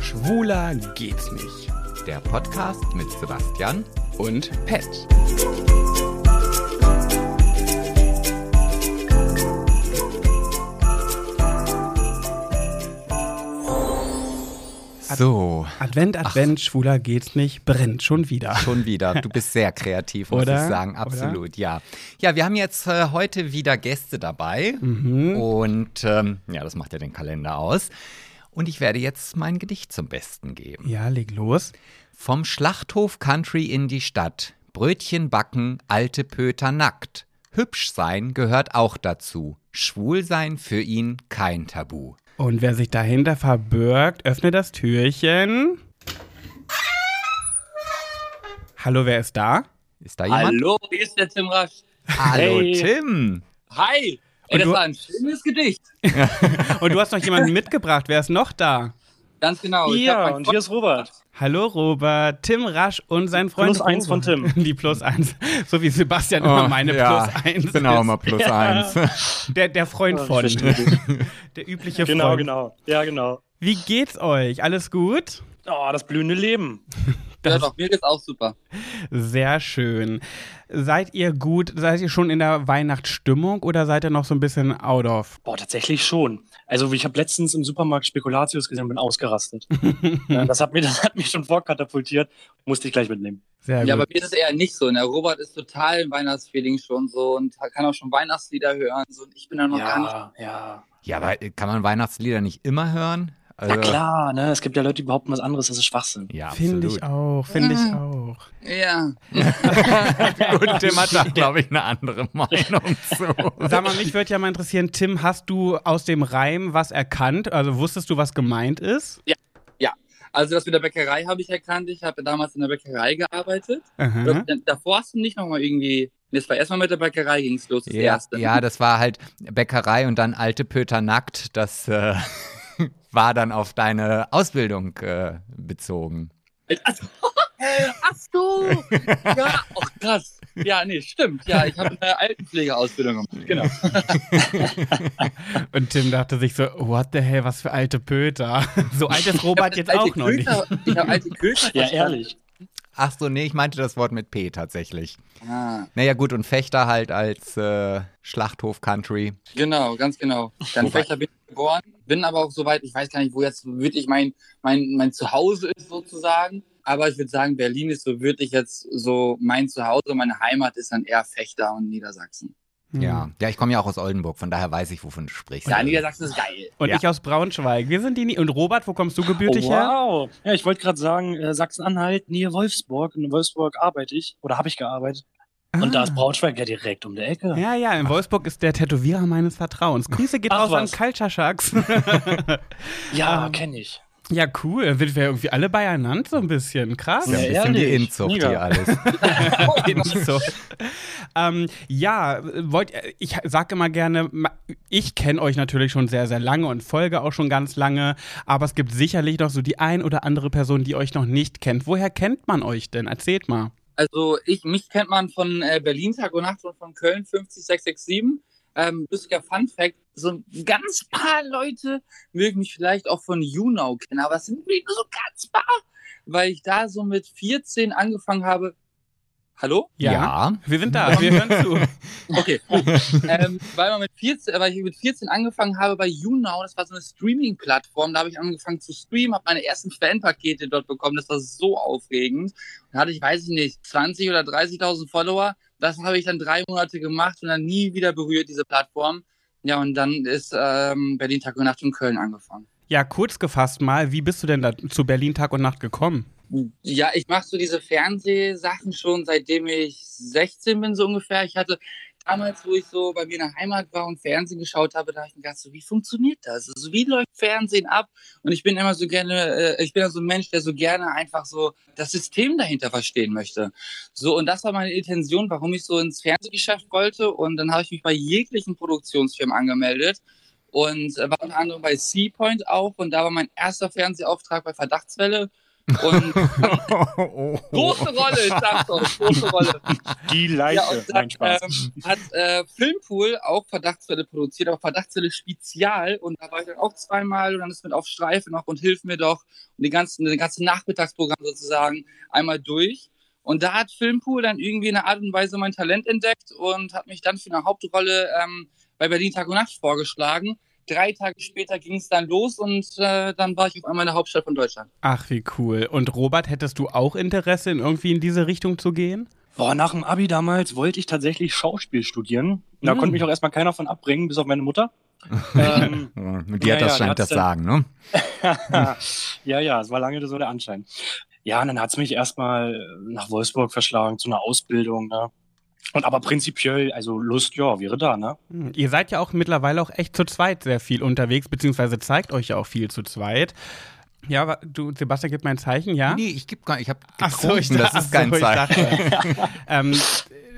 Schwuler geht's nicht. Der Podcast mit Sebastian. Und Pet. So, Advent, Advent, Schwuler geht's nicht, brennt schon wieder. schon wieder. Du bist sehr kreativ, muss Oder? ich sagen. Absolut, ja. Ja, wir haben jetzt äh, heute wieder Gäste dabei. Mhm. Und ähm, ja, das macht ja den Kalender aus. Und ich werde jetzt mein Gedicht zum Besten geben. Ja, leg los. Vom Schlachthof Country in die Stadt. Brötchen backen, alte Pöter nackt. Hübsch sein gehört auch dazu. Schwul sein für ihn kein Tabu. Und wer sich dahinter verbirgt, öffne das Türchen. Hallo, wer ist da? Ist da jemand? Hallo, hier ist der Tim Rasch. Hallo Hey. Tim. Hi! Ey, Und das du- war ein schönes Gedicht. Und du hast noch jemanden mitgebracht. Wer ist noch da? Ganz genau. Ich hab Ja, mein und hier ist Robert. Hallo Robert, Tim Rasch und sein Freund. Plus eins Robert. von Tim. Die Plus eins. So wie Sebastian Oh, immer meine Plus eins. Genau, ist. immer plus eins. Der, der Freund Ja, ich von. verstehe dich. Der übliche genau, Freund. genau. Ja, genau. Wie geht's euch? Alles gut? Oh, das blühende Leben. ja, doch, mir geht's auch super. Sehr schön. Seid ihr gut? Seid ihr schon in der Weihnachtsstimmung oder seid ihr noch so ein bisschen out of? Boah, tatsächlich schon. Also ich habe letztens im Supermarkt Spekulatius gesehen und bin ausgerastet. Ja, das, hat mir, das hat mich schon vorkatapultiert. Musste ich gleich mitnehmen. Sehr Ja, gut. bei mir ist es eher nicht so. Der Robert ist total im Weihnachtsfeeling schon so und kann auch schon Weihnachtslieder hören. So, und Oh, ich bin da noch gar nicht. Ja, ja. Ja, aber kann man Weihnachtslieder nicht immer hören? Na Also, klar, ne? Es gibt ja Leute, die behaupten was anderes, das ist Schwachsinn. Ja, Finde absolut. ich auch, finde ich Mhm. auch. Ja. Und Tim hat da, glaube ich, eine andere Meinung zu. Sag mal, mich würde ja mal interessieren, Tim, hast du aus dem Reim was erkannt? Also wusstest du, was gemeint ist? Also das mit der Bäckerei habe ich erkannt. Ich habe ja damals in der Bäckerei gearbeitet. Aha. Das- Davor hast du nicht nochmal irgendwie. Das war erstmal mit der Bäckerei ging's los, das Ja, erste. ja, das war halt Bäckerei und dann alte Pöter nackt. Das äh, war dann auf deine Ausbildung äh, bezogen. Ach so. Ach so. Ja, auch krass. Ja, nee, stimmt. Ja, ich habe eine Altenpflegeausbildung gemacht. Genau. Und Tim dachte sich so, what the hell, was für alte Pöter. So alt ist Robert jetzt Alte auch noch nicht. Köter- Ich habe alte Köter. Ja, verstanden. ehrlich. Ach so, nee, ich meinte das Wort mit P tatsächlich. Ah, Naja, gut, und Fechter halt als äh, Schlachthof-Country. genau, ganz genau. Dann Wobei- Fechter bin ich geboren, bin aber auch soweit, ich weiß gar nicht, wo jetzt wirklich mein, mein, mein Zuhause ist sozusagen. Aber ich würde sagen, Berlin ist so wirklich jetzt so mein Zuhause, meine Heimat ist dann eher Fechter und Niedersachsen. Hm. Ja. ja, ich komme ja auch aus Oldenburg, von daher weiß ich, wovon du sprichst. Ja, Niedersachsen ist geil. Und Ja. ich aus Braunschweig. Wir sind die Nie Und Robert, wo kommst du gebürtig oh, her? wow. Ja, ich wollte gerade sagen, äh, Sachsen-Anhalt, Nähe Wolfsburg. In Wolfsburg arbeite ich oder habe ich gearbeitet. Ah. Und da ist Braunschweig ja direkt um der Ecke. Ja, ja, in Wolfsburg ist der Tätowierer meines Vertrauens. Grüße geht Ach raus an was. Kaltschaschaks. Ja, Ähm, kenne ich. ja, cool. Dann Sind wir irgendwie alle beieinander so ein bisschen. Krass. So ein Ja, bisschen die ehrlich. Inzucht Mega. hier alles. so. ähm, ja, wollt, ich sage immer gerne, ma- ich kenne euch natürlich schon sehr, sehr lange und folge auch schon ganz lange, aber es gibt sicherlich noch so die ein oder andere Person, die euch noch nicht kennt. Woher kennt man euch denn? Erzählt mal. Also ich, mich kennt man von äh, Berlin Tag und Nacht und von Köln 50667. Ähm, lustiger Fun Fact, so ein ganz paar Leute mögen mich vielleicht auch von YouNow kennen, aber es sind wirklich nur so ganz paar, weil ich da so mit 14 angefangen habe. Hallo? ja. Wir sind da, wir hören zu. Okay. ähm, weil, man mit 14, äh, weil ich mit 14 angefangen habe bei YouNow, das war so eine Streaming-Plattform, da habe ich angefangen zu streamen, habe meine ersten Fanpakete dort bekommen, das war so aufregend. Dann hatte ich, weiß ich nicht, 20 oder 30.000 Follower, das habe ich dann drei Monate gemacht und dann nie wieder berührt, diese Plattform. Ja, und dann ist ähm, Berlin Tag und Nacht in Köln angefangen. Ja, kurz gefasst mal, wie bist du denn da zu Berlin Tag und Nacht gekommen? Ja, ich mache so diese Fernsehsachen schon seitdem ich 16 bin, so ungefähr. Ich hatte damals, wo ich so bei mir in der Heimat war und Fernsehen geschaut habe, da habe ich mir gedacht, so, wie funktioniert das? Also, wie läuft Fernsehen ab? Und ich bin immer so gerne, äh, ich bin ja so ein Mensch, der so gerne einfach so das System dahinter verstehen möchte. So, und das war meine Intention, warum ich so ins Fernsehgeschäft wollte. Und dann habe ich mich bei jeglichen Produktionsfirmen angemeldet. Und äh, war unter anderem bei Seapoint auch. Und da war mein erster Fernsehauftrag bei Verdachtswelle. Und oh, große Rolle, ich sag's euch, große Rolle. Die Ja, Leiche. und dann Nein, Spaß. ähm, hat äh, Filmpool auch Verdachtsfälle produziert, auch Verdachtsfälle Spezial. Und da war ich dann auch zweimal und dann ist mit auf Streife noch und hilf mir doch. Und die ganzen, den ganzen Nachmittagsprogramm sozusagen einmal durch. Und da hat Filmpool dann irgendwie in einer Art und Weise mein Talent entdeckt und hat mich dann für eine Hauptrolle ähm, bei Berlin Tag und Nacht vorgeschlagen. Drei Tage später ging es dann los und äh, dann war ich auf einmal in der Hauptstadt von Deutschland. Ach, wie cool. Und Robert, hättest du auch Interesse, in irgendwie in diese Richtung zu gehen? Boah, nach dem Abi damals wollte ich tatsächlich Schauspiel studieren. Da Hm. konnte mich auch erstmal keiner von abbringen, bis auf meine Mutter. ähm, Und die hat Ja, das ja, scheint hat's das dann- sagen, ne? ja, ja, es war lange so der Anschein. Ja, und dann hat's mich erstmal nach Wolfsburg verschlagen zu einer Ausbildung. Ne? Und aber prinzipiell, also Lust, ja, wäre da, ne? Hm, Ihr seid ja auch mittlerweile auch echt zu zweit sehr viel unterwegs, beziehungsweise zeigt euch ja auch viel zu zweit. Ja, wa- du, Sebastian, gib mir ein Zeichen, ja? Nee, ich gebe gar ich habe Ach so, ich getrunken, das dach- ist ach so, kein ich Zeichen. dachte. ähm,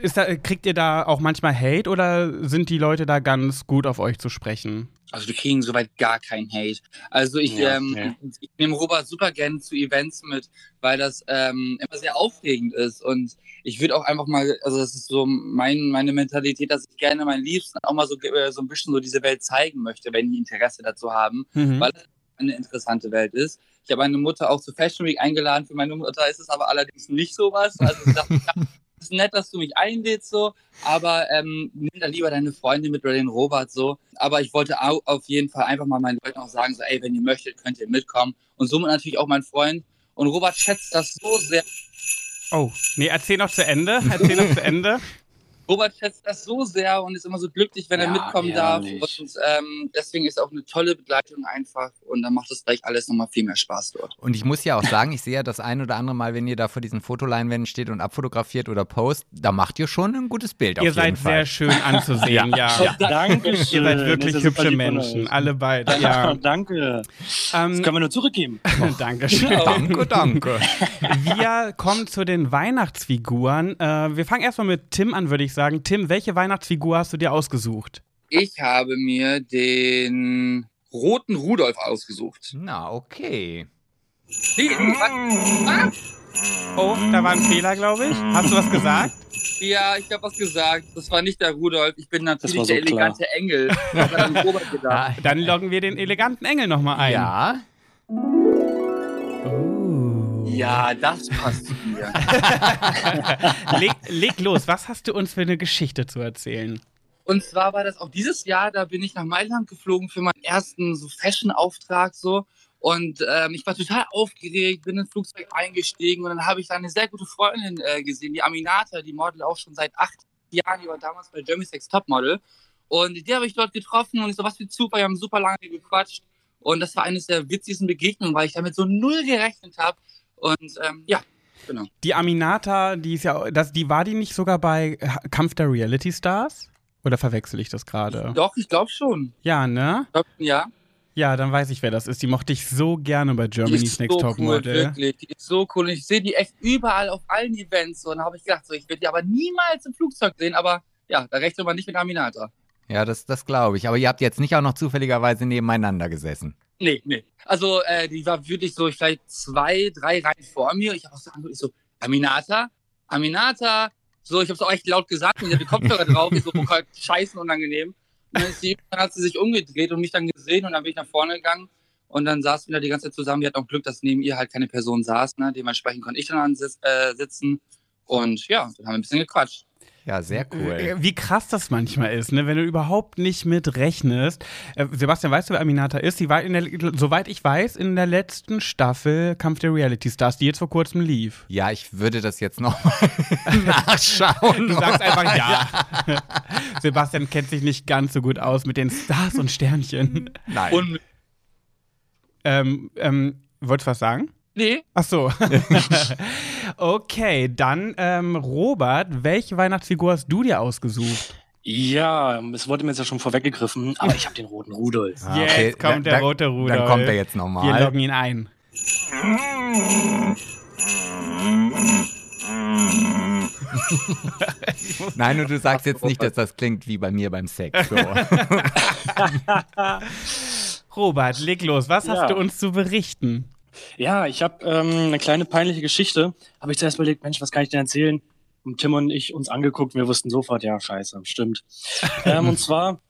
ist da, kriegt ihr da auch manchmal Hate oder sind die Leute da ganz gut auf euch zu sprechen? Also wir kriegen soweit gar keinen Hate. Also ich, Ja, ähm, ja. ich nehme Robert super gerne zu Events mit, weil das ähm, immer sehr aufregend ist. Und ich würde auch einfach mal, also das ist so mein, meine Mentalität, dass ich gerne meinen Liebsten auch mal so, äh, so ein bisschen so diese Welt zeigen möchte, wenn die Interesse dazu haben, Mhm. weil es eine interessante Welt ist. Ich habe meine Mutter auch zur Fashion Week eingeladen. Für meine Mutter ist es aber allerdings nicht sowas. Also ich dachte, ja, es ist nett, dass du mich einlädst, so, aber ähm, nimm da lieber deine Freunde mit oder den Robert so. Aber ich wollte au- auf jeden Fall einfach mal meinen Leuten auch sagen, so, ey, wenn ihr möchtet, könnt ihr mitkommen. Und somit natürlich auch mein Freund. Und Robert schätzt das so sehr. Oh, nee, erzähl noch zu Ende. Erzähl noch zu Ende. Robert schätzt das so sehr und ist immer so glücklich, wenn er Ja, mitkommen ehrlich. darf. Und ähm, deswegen ist auch eine tolle Begleitung einfach. Und dann macht es gleich alles nochmal viel mehr Spaß dort. Und ich muss ja auch sagen, ich sehe ja das ein oder andere Mal, wenn ihr da vor diesen Fotoleinwänden steht und abfotografiert oder post, da macht ihr schon ein gutes Bild Ihr auf jeden seid sehr Fall. schön anzusehen, ja. Danke. Ihr Ihr seid wirklich hübsche Menschen, alle beide. Ja. Ja. Danke. Das Ähm, können wir Oh. nur zurückgeben. Dankeschön. danke, danke. Wir kommen zu den Weihnachtsfiguren. Äh, wir fangen erstmal mit Tim an, würde ich sagen. Tim, welche Weihnachtsfigur hast du dir ausgesucht? Ich habe mir den roten Rudolf ausgesucht. Hm. Na, okay. Den, Oh, da war ein Fehler, glaube ich. Hast du was gesagt? ja, ich habe was gesagt. Das war nicht der Rudolf. Ich bin natürlich Das war so der elegante Engel. Das hat an Robert gedacht. Ah, Dann loggen wir den eleganten Engel nochmal ein. ja. Ja, das passt zu mir. Leg, leg los, was hast du uns für eine Geschichte zu erzählen? Und zwar war das auch dieses Jahr, da bin ich nach Mailand geflogen für meinen ersten so Fashion-Auftrag so. Und ähm, ich war total aufgeregt, bin ins Flugzeug eingestiegen und dann habe ich da eine sehr gute Freundin äh, gesehen, die Aminata, die Model auch schon seit acht Jahren, die war damals bei Jeremy Sex Topmodel. Und die habe ich dort getroffen und ich so, was für ein Zufall, wir haben super lange gequatscht. Und das war eines der witzigsten Begegnungen, weil ich damit so null gerechnet habe. Und ähm, ja, genau. Die Aminata, die ist ja, das, die war die nicht sogar bei Kampf der Reality Stars? Oder verwechsel ich das gerade? Doch, ich glaube schon. Ja, ne? Ich glaub, ja. Ja, dann weiß ich, wer das ist. Die mochte ich so gerne bei Die Germany's ist Next so Top cool, Model. Wirklich, die ist so cool. Und ich sehe die echt überall auf allen Events. So. Und da habe ich gedacht, so, ich werde die aber niemals im Flugzeug sehen. Aber ja, da rechnet man nicht mit Aminata. Ja, das, das glaube ich. Aber ihr habt jetzt nicht auch noch zufälligerweise nebeneinander gesessen. Nee, nee. Also äh, die war wirklich so vielleicht zwei, drei Reihen vor mir. Und ich habe auch so angeguckt, ich so, Aminata, Aminata. So, ich habe es auch echt laut gesagt. Und ich habe die Kopfhörer drauf. Ich so, oh Gott, scheißen unangenehm. Und dann, ist die, dann hat sie sich umgedreht und mich dann gesehen. Und dann bin ich nach vorne gegangen. Und dann saßen wir da die ganze Zeit zusammen. Wir hatten auch Glück, dass neben ihr halt keine Person saß. Ne? Dementsprechend konnte ich dann ansitz- äh, sitzen. Und ja, dann haben wir ein bisschen gequatscht. Ja, sehr cool. Äh, Wie krass das manchmal ist, ne? wenn du überhaupt nicht mit rechnest. Äh, Sebastian, weißt du, wer Aminata ist? Sie war, in der, soweit ich weiß, in der letzten Staffel Kampf der Reality Stars, die jetzt vor kurzem lief. Ja, ich würde das jetzt nochmal nachschauen. Du sagst einfach ja. Sebastian kennt sich nicht ganz so gut aus mit den Stars und Sternchen. Nein. Und Ähm, ähm, wolltest du was sagen? nee, Ach so. okay, dann ähm, Robert, welche Weihnachtsfigur hast du dir ausgesucht? Ja, es wurde mir jetzt ja schon vorweggegriffen, aber ich habe den roten Rudolf. Ah, Jetzt kommt der rote Rudolf. Dann kommt er jetzt Wir nochmal. loggen ihn ein. Nein, und du sagst jetzt nicht, dass das klingt wie bei mir beim Sex. So. Robert, leg los. Was Ja. hast du uns zu berichten? Ja, ich habe ähm, eine kleine peinliche Geschichte. Habe ich zuerst überlegt, Mensch, was kann ich denn erzählen? Und Tim und ich uns angeguckt, wir wussten sofort, ja, scheiße, stimmt. ähm, und zwar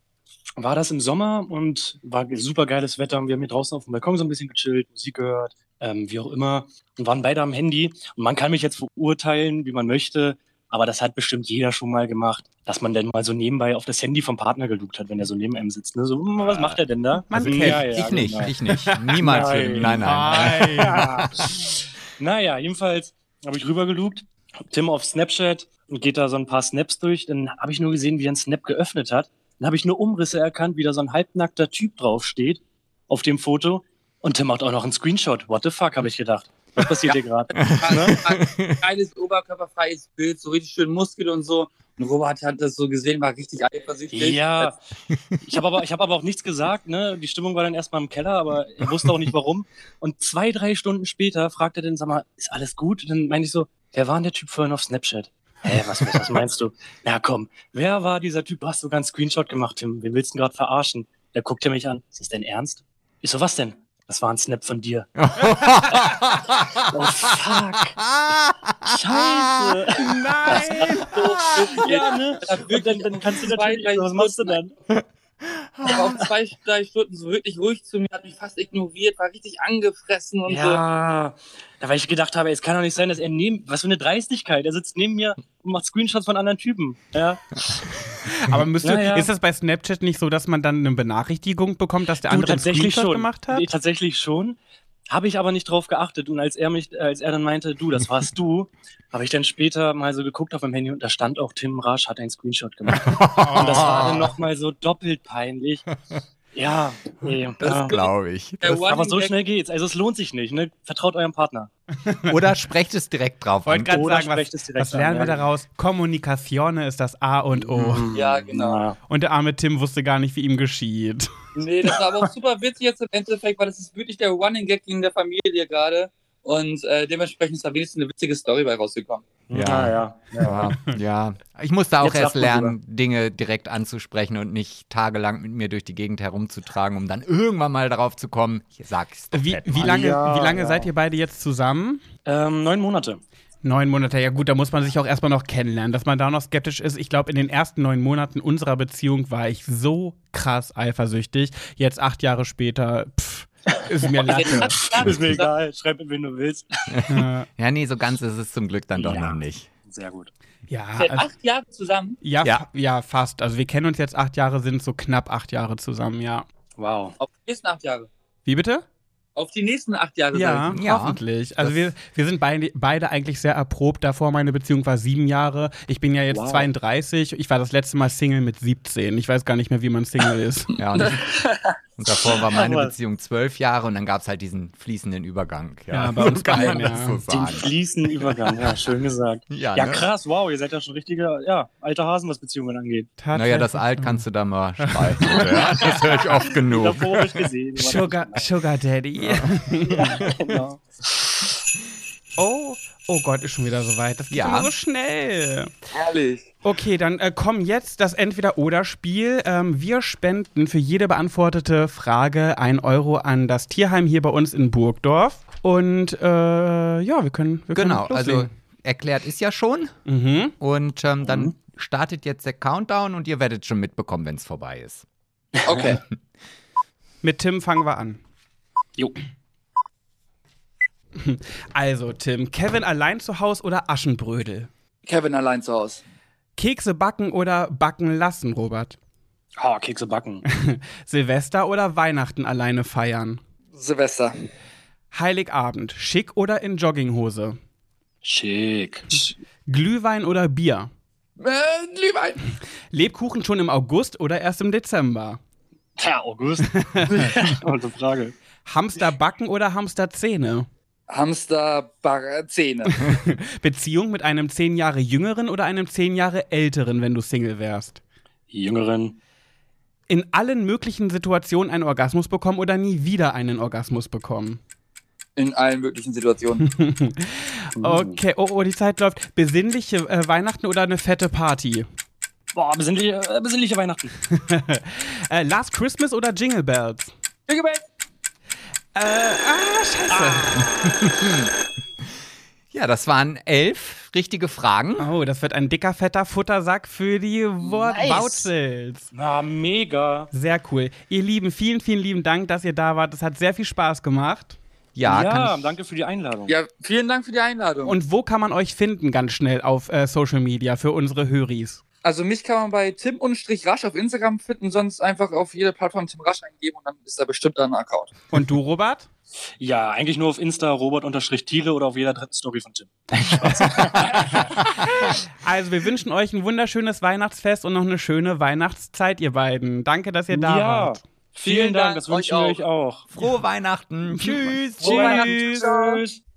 war das im Sommer und war super geiles Wetter und wir haben hier draußen auf dem Balkon so ein bisschen gechillt, Musik gehört, ähm, wie auch immer und waren beide am Handy und man kann mich jetzt verurteilen, wie man möchte, aber das hat bestimmt jeder schon mal gemacht, dass man dann mal so nebenbei auf das Handy vom Partner gelugt hat, wenn er so neben einem sitzt. Ne? So, hm, was macht er denn da? Man also, kennt- ja, ja, ich nicht, genau. ich nicht. Niemals. Nein. Nein, nein. Ah. Nein. nein. Ja. naja, jedenfalls habe ich rübergelugt, hab Tim auf Snapchat und geht da so ein paar Snaps durch. Dann habe ich nur gesehen, wie er einen Snap geöffnet hat. Dann habe ich nur Umrisse erkannt, wie da so ein halbnackter Typ draufsteht auf dem Foto. Und Tim macht auch noch einen Screenshot. What the fuck, habe ich gedacht. Was passiert hier gerade? Ne? Geiles oberkörperfreies Bild, so richtig schön Muskel und so. Und Robert hat das so gesehen, war richtig eifersüchtig. Ja, ich habe aber, ich hab aber auch nichts gesagt. Ne? Die Stimmung war dann erstmal im Keller, aber er wusste auch nicht warum. Und zwei, drei Stunden später fragt er dann, sag mal, ist alles gut? Und dann meine ich so, wer war denn der Typ vorhin auf Snapchat? Hä, was, was meinst du? Na komm, wer war dieser Typ? Du hast sogar einen Screenshot gemacht, Tim. Wen willst du gerade verarschen? Da guckt er mich an. Ist das denn ernst? Ich so, was denn? Das war ein Snap von dir. Oh, fuck. Scheiße. ja, ne? Und dann, dann kannst du natürlich, was machst du dann? Aber auch zwei, drei Stunden so wirklich ruhig zu mir, hat mich fast ignoriert, war richtig angefressen und so. Ja, da weil ich gedacht habe, es kann doch nicht sein, dass er neben, was für eine Dreistigkeit, er sitzt neben mir und macht Screenshots von anderen Typen. Ja, Aber müsste, Naja. ist das bei Snapchat nicht so, dass man dann eine Benachrichtigung bekommt, dass der Du, andere einen Screenshot gemacht hat? Nee, tatsächlich schon. Habe ich aber nicht drauf geachtet. Und als er mich, als er dann meinte, du, das warst du, habe ich dann später mal so geguckt auf meinem Handy und da stand auch Tim Rasch hat einen Screenshot gemacht. Und das war dann nochmal so doppelt peinlich. Ja, nee. Das Ja. glaube ich. Der Running Aber so Gag- schnell geht's. Also es lohnt sich nicht, ne? Vertraut eurem Partner. Oder sprecht es direkt drauf Wollte an. gerade Oder sagen, was, sprecht es direkt was lernen wir an, ja. Mhm. daraus? Kommunikatione ist das A und O. Ja, genau. Ja. Und der arme Tim wusste gar nicht, wie ihm geschieht. Nee, das war aber auch super witzig jetzt im Endeffekt, weil das ist wirklich der Running Gag in der Familie gerade. Und äh, dementsprechend ist da wenigstens eine witzige Story bei rausgekommen. Ja. Ah, ja. Ja, ja. Ich muss da auch Jetzt erst lacht man lernen, Dinge direkt anzusprechen und nicht tagelang mit mir durch die Gegend herumzutragen, um dann irgendwann mal darauf zu kommen, ich sag's doch Wie, fett wie mal. lange, Ja, wie lange ja. seid ihr beide jetzt zusammen? Ähm, neun Monate. Neun Monate, ja gut, da muss man sich auch erstmal noch kennenlernen, dass man da noch skeptisch ist. Ich glaube, in den ersten neun Monaten unserer Beziehung war ich so krass eifersüchtig. Jetzt acht Jahre später, pff, ist mir Latte. Ist mir egal, schreib mir, wen du willst. Äh, Ja, nee, so ganz ist es zum Glück dann doch Ja. noch nicht. Sehr gut. ja, Ah, Seit also, acht Jahren zusammen. ja, Ja. fa- ja, fast. Also wir kennen uns jetzt acht Jahre, sind so knapp acht Jahre zusammen, ja. Wow. Auf die nächsten acht Jahre. Wie bitte? Auf die nächsten acht Jahre. Ja, sag Ja. hoffentlich. Also Das- wir, wir sind beide, beide eigentlich sehr erprobt. Davor meine Beziehung war sieben Jahre. Ich bin ja jetzt Wow. 32. Ich war das letzte Mal Single mit 17. Ich weiß gar nicht mehr, wie man Single ist. Ja, und, und davor war meine Aber- Beziehung zwölf Jahre und dann gab's halt diesen fließenden Übergang. Ja, Ja, bei uns kann kann man man, das ja. so Den sagen. fließenden Übergang, ja, schön gesagt. Ja, Ja, ne? krass, wow, ihr seid ja schon richtiger, ja, alter Hasen, was Beziehungen angeht. Naja, das Alt kannst du da mal streichen. ja, das höre ich oft genug. Davor hab ich gesehen. Sugar, Sugar Daddy. Genau. Oh, oh Gott, ist schon wieder soweit. Das geht Ja. immer so schnell. ich. Herrlich. Okay, dann äh, komm jetzt das Entweder-Oder-Spiel. Ähm, wir spenden für jede beantwortete Frage ein Euro an das Tierheim hier bei uns in Burgdorf. Und äh, ja, wir können. Wir Genau, können also loslegen. erklärt ist ja schon. Mhm. Und ähm, dann startet jetzt der Countdown und ihr werdet schon mitbekommen, wenn es vorbei ist. Okay. Mit Tim fangen wir an. Jo. Also, Tim, Kevin allein zu Haus oder Aschenbrödel? Kevin allein zu Hause. Kekse backen oder backen lassen, Robert? Ha, Ah, Kekse backen. Silvester oder Weihnachten alleine feiern? Silvester. Heiligabend, schick oder in Jogginghose? Schick. Glühwein oder Bier? Äh, Glühwein. Lebkuchen schon im August oder erst im Dezember? Tja, August. Gute Frage. Hamster backen oder Hamsterzähne? Hamster Bar Zähne. Beziehung mit einem zehn Jahre jüngeren oder einem zehn Jahre älteren, wenn du Single wärst? Jüngeren. in allen möglichen Situationen einen Orgasmus bekommen oder nie wieder einen Orgasmus bekommen. In allen möglichen Situationen. Uh. Okay, oh, oh, die Zeit läuft. Besinnliche äh, Weihnachten oder eine fette Party? Boah, besinnliche, äh, besinnliche Weihnachten. Äh, Last Christmas oder Jingle Bells? Jingle Bells. Äh, ah, scheiße. Ja, das waren elf richtige Fragen. Oh, das wird ein dicker, fetter Futtersack für die Wortbautzels. Na, mega. Sehr cool. Ihr Lieben, vielen, vielen lieben Dank, dass ihr da wart. Das hat sehr viel Spaß gemacht. Ja, kann ich, danke für die Einladung. Ja, vielen Dank für die Einladung. Und wo kann man euch finden, ganz schnell auf äh, Social Media für unsere Höris? also mich kann man bei Tim-Rasch auf Instagram finden, sonst einfach auf jede Plattform Tim Rasch eingeben und dann ist da bestimmt ein Account. Und du, Robert? Ja, eigentlich nur auf Insta, Robert-Thiele oder auf jeder dritten Story von Tim. Also, wir wünschen euch ein wunderschönes Weihnachtsfest und noch eine schöne Weihnachtszeit, ihr beiden. Danke, dass ihr da ja, wart. vielen, Vielen Dank, Dank, das euch wünschen wir euch auch. frohe Weihnachten. Tschüss. Tschüss, Frohe Weihnachten. tschüss. Ciao. Tschüss.